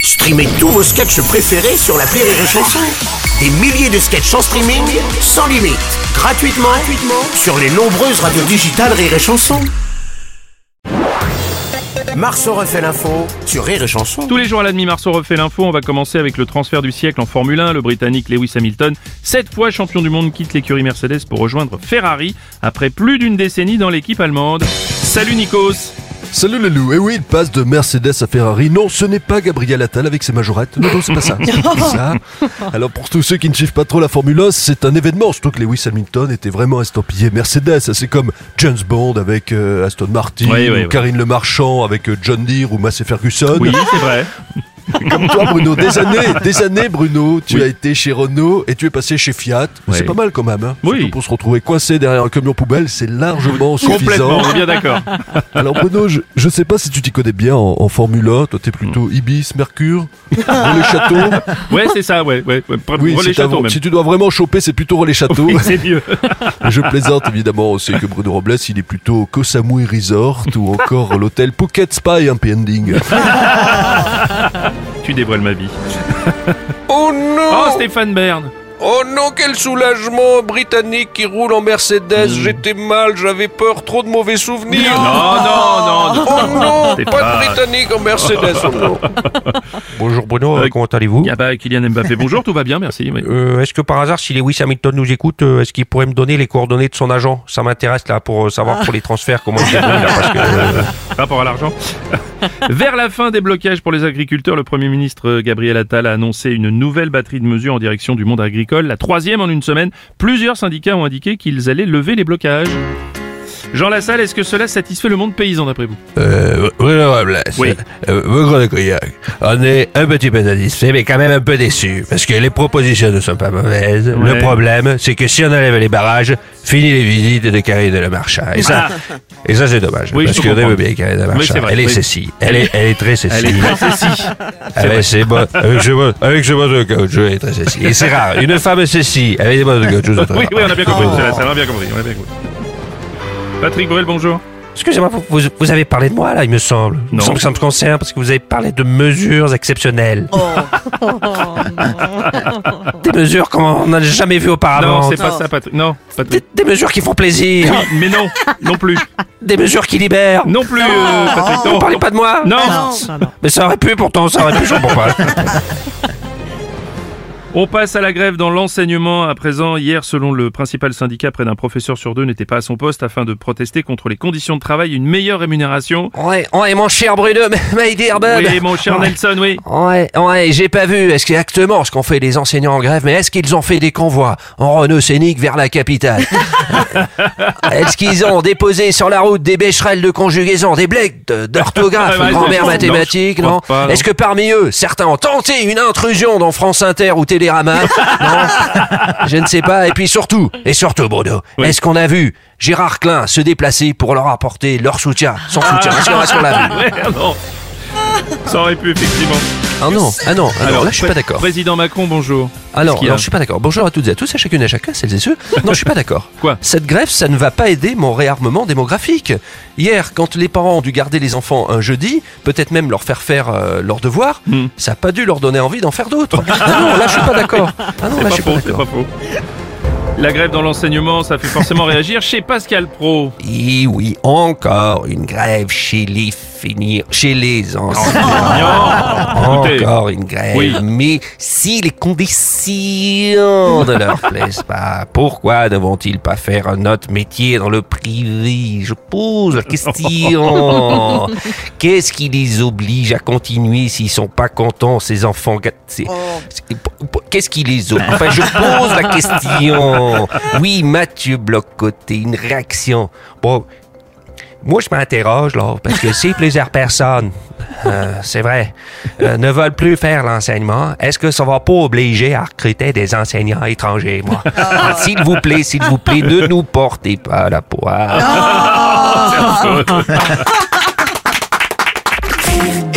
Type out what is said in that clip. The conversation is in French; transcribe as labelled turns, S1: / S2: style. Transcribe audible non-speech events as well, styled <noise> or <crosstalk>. S1: Streamez tous vos sketchs préférés sur la Rire et Chanson. Des milliers de sketchs en streaming, sans limite, gratuitement, gratuitement sur les nombreuses radios digitales Rire et Chanson. Marceau refait l'info sur Rire et Chanson.
S2: Tous les jours à la demi-marceau refait l'info, on va commencer avec le transfert du siècle en Formule 1. Le Britannique Lewis Hamilton, sept fois champion du monde, quitte l'écurie Mercedes pour rejoindre Ferrari après plus d'une décennie dans l'équipe allemande. Salut Nikos
S3: Salut le loup, et oui, il passe de Mercedes à Ferrari. Non, ce n'est pas Gabriel Attal avec ses majorettes. Non, non, c'est pas ça. C'est pas ça. Alors pour tous ceux qui ne suivent pas trop la Formule 1, c'est un événement, surtout que Lewis Hamilton était vraiment estampillé Mercedes. C'est comme James Bond avec euh, Aston Martin,
S2: Oui, oui,
S3: ou
S2: oui.
S3: Karine Le Marchand avec euh, John Deere ou Massey Ferguson.
S2: Oui, c'est vrai.
S3: Comme toi Bruno,
S2: <laughs>
S3: des années, des années Bruno, tu as été chez Renault et tu es passé chez Fiat.
S2: Ouais.
S3: C'est pas mal quand même. Hein.
S2: Oui.
S3: Surtout Pour se retrouver coincé derrière un camion poubelle, c'est largement suffisant.
S2: Complètement, on est bien d'accord.
S3: Alors Bruno, je, je sais pas si tu t'y connais bien en, en Formule 1, toi t'es plutôt
S2: Hmm.
S3: Ibis, Mercure, Relais Château.
S2: <laughs> Ouais, c'est ça, ouais. ouais. ouais. Pre-
S3: Oui,
S2: Relais
S3: si, t'as-
S2: château même.
S3: si tu dois vraiment choper, c'est plutôt Relais Château.
S2: Oui, <laughs> c'est mieux.
S3: <laughs> Je plaisante évidemment, c'est que Bruno Robles, il est plutôt Koh Samui Resort ou encore l'hôtel Phuket Spa et Happy Ending.
S2: tu dévoiles ma vie.
S4: Oh non
S2: Oh, Stéphane Bern
S4: Oh non, quel soulagement Un Britannique qui roule en Mercedes, j'étais mal, j'avais peur, trop de mauvais souvenirs
S2: Mm. Non, non, non, non.
S4: Oh non
S2: C'est
S4: Pas
S2: pas-
S4: de Britannique en Mercedes, oh non
S5: Bonjour Bruno,
S2: Euh,
S5: comment allez-vous
S2: Ah bah, Kylian Mbappé, bonjour, tout va bien, merci. oui.
S5: Euh, Est-ce que par hasard, si Lewis Hamilton nous écoute, euh, est-ce qu'il pourrait me donner les coordonnées de son agent Ça m'intéresse là pour euh, savoir pour les transferts comment <laughs> il est là, parce que, euh,
S2: rapport à l'argent. <laughs> Vers la fin des blocages pour les agriculteurs, le Premier ministre euh, Gabriel Attal a annoncé une nouvelle batterie de mesures en direction du monde agricole, la troisième en une semaine. Plusieurs syndicats ont indiqué qu'ils allaient lever les blocages. Jean Lassalle, est-ce que cela satisfait le monde paysan d'après vous
S6: Euh, Bruno Robles,
S2: Oui.
S6: euh, vous connaissez Cognac. on est un petit peu satisfait, mais quand même un peu déçu, parce que les propositions ne sont pas mauvaises.
S2: Ouais.
S6: Le problème, c'est que si on enlève les barrages, fini les visites de Karine Le Marchand. Et ça, et ça c'est dommage,
S2: Ah. Oui,
S6: parce
S2: je
S6: qu'on
S2: comprends.
S6: aime bien Karine Le
S2: c'est
S6: Marchand.
S2: vrai,
S6: elle est
S2: oui.
S6: ceci, elle est, elle est très Ah ceci.
S2: Elle est très ceci.
S6: Avec ses bottes, avec ses bottes, avec ses bottes de caoutchouc, elle est très ceci. Et c'est rare, une femme ceci, avec des bottes de caoutchouc,
S5: Ah,
S6: c'est très
S2: Oui,
S6: rare.
S2: oui, on a bien
S5: Oh.
S2: compris. Jean Lassalle, on a bien compris. on a bien compris. Patrick Bruel, bonjour.
S5: Excusez-moi, vous, vous- vous avez parlé de moi là, il me semble. Il me
S2: Non.
S5: semble que ça me concerne parce que vous avez parlé de mesures exceptionnelles.
S2: Oh.
S5: <laughs> Des mesures qu'on n'a jamais vues auparavant.
S2: non, c'est pas ça, Patrick. Non,
S5: des,
S2: Patrick.
S5: des mesures qui font plaisir,
S2: Oui, mais non, non plus.
S5: des mesures qui libèrent.
S2: Non plus, euh, Patrick.
S5: Vous
S2: Non,
S5: parlez pas de moi
S2: Ah non.
S5: Mais ça aurait pu pourtant, ça aurait pu, je
S2: <laughs>
S5: comprends pas.
S2: On passe à la grève dans l'enseignement. À présent, hier, selon le principal syndicat, près d'un professeur sur deux n'était pas à son poste afin de protester contre les conditions de travail et une meilleure rémunération.
S5: Ouais, ouais, mon cher Bruno, <laughs> my dear bud.
S2: Oui, mon cher Nelson, oui.
S5: Ouais, ouais, j'ai pas vu exactement ce qu'ont fait les enseignants en grève, mais est-ce qu'ils ont fait des convois en Renault Scénic vers
S2: <laughs>
S5: la capitale Est-ce qu'ils ont déposé sur la route des bécherelles de conjugaison, des blagues de- d'orthographe,
S2: Ah, bah,
S5: grand-mère
S2: non, je
S5: mathématique,
S2: crois
S5: non,
S2: pas, non.
S5: Est-ce que parmi eux, certains ont tenté une intrusion dans France Inter ou Télérama
S2: <laughs>
S5: Non, je ne sais pas. Et puis surtout, et surtout, Bruno,
S2: Oui.
S5: est-ce qu'on a vu Gérard Klein se déplacer pour leur apporter leur soutien, son soutien Est-ce qu'on- est-ce qu'on l'a vu
S2: <laughs> Ouais, non. Ça aurait pu, effectivement.
S5: Ah non, ah non, ah non, là je suis
S2: pré-
S5: pas d'accord.
S2: Président Macron, bonjour.
S5: Alors,
S2: Qu'est-ce qu'il y a
S5: alors je suis pas d'accord. Bonjour à toutes et à tous, à chacune et à chacun, celles et ceux. Non, je suis pas d'accord.
S2: <laughs> Quoi
S5: Cette grève, ça ne va pas aider mon réarmement démographique. Hier, quand les parents ont dû garder les enfants un jeudi, peut-être même leur faire faire euh, leurs devoirs,
S2: Hmm.
S5: ça n'a pas dû leur donner envie d'en
S2: <laughs>
S5: faire d'autres. Ah non, là je suis pas d'accord. Ah
S2: C'est
S5: non, là
S2: pas
S5: je suis pas
S2: faux, c'est
S5: d'accord.
S2: pas faux. La grève dans l'enseignement, ça fait forcément réagir chez Pascal Pro.
S5: Oui, Eh oui, encore une grève chez les finir, chez les
S2: Oh,
S5: enseignants.
S2: Non, écoutez.
S5: Ah. Encore une grève.
S2: Oui.
S5: Mais si les conditions ne
S2: <laughs>
S5: leur plaisent pas, pourquoi ne vont-ils pas faire un autre métier dans le privé Je pose
S2: <laughs>
S5: la question. Qu'est-ce qui les oblige à continuer s'ils sont pas contents, ces enfants gât- c'est-
S2: Oh.
S5: c'est- p- p- Qu'est-ce qui les oblige Enfin, je pose la question. Oui, Mathieu Bloch-Côté, une réaction. Bon, moi, je m'interroge, là, parce que si plusieurs personnes, euh, c'est vrai, euh, ne veulent plus faire l'enseignement, est-ce que ça va pas obliger à recruter des enseignants étrangers, moi? Ah, S'il vous plaît, s'il vous plaît, ne nous portez pas la poire.
S2: Rire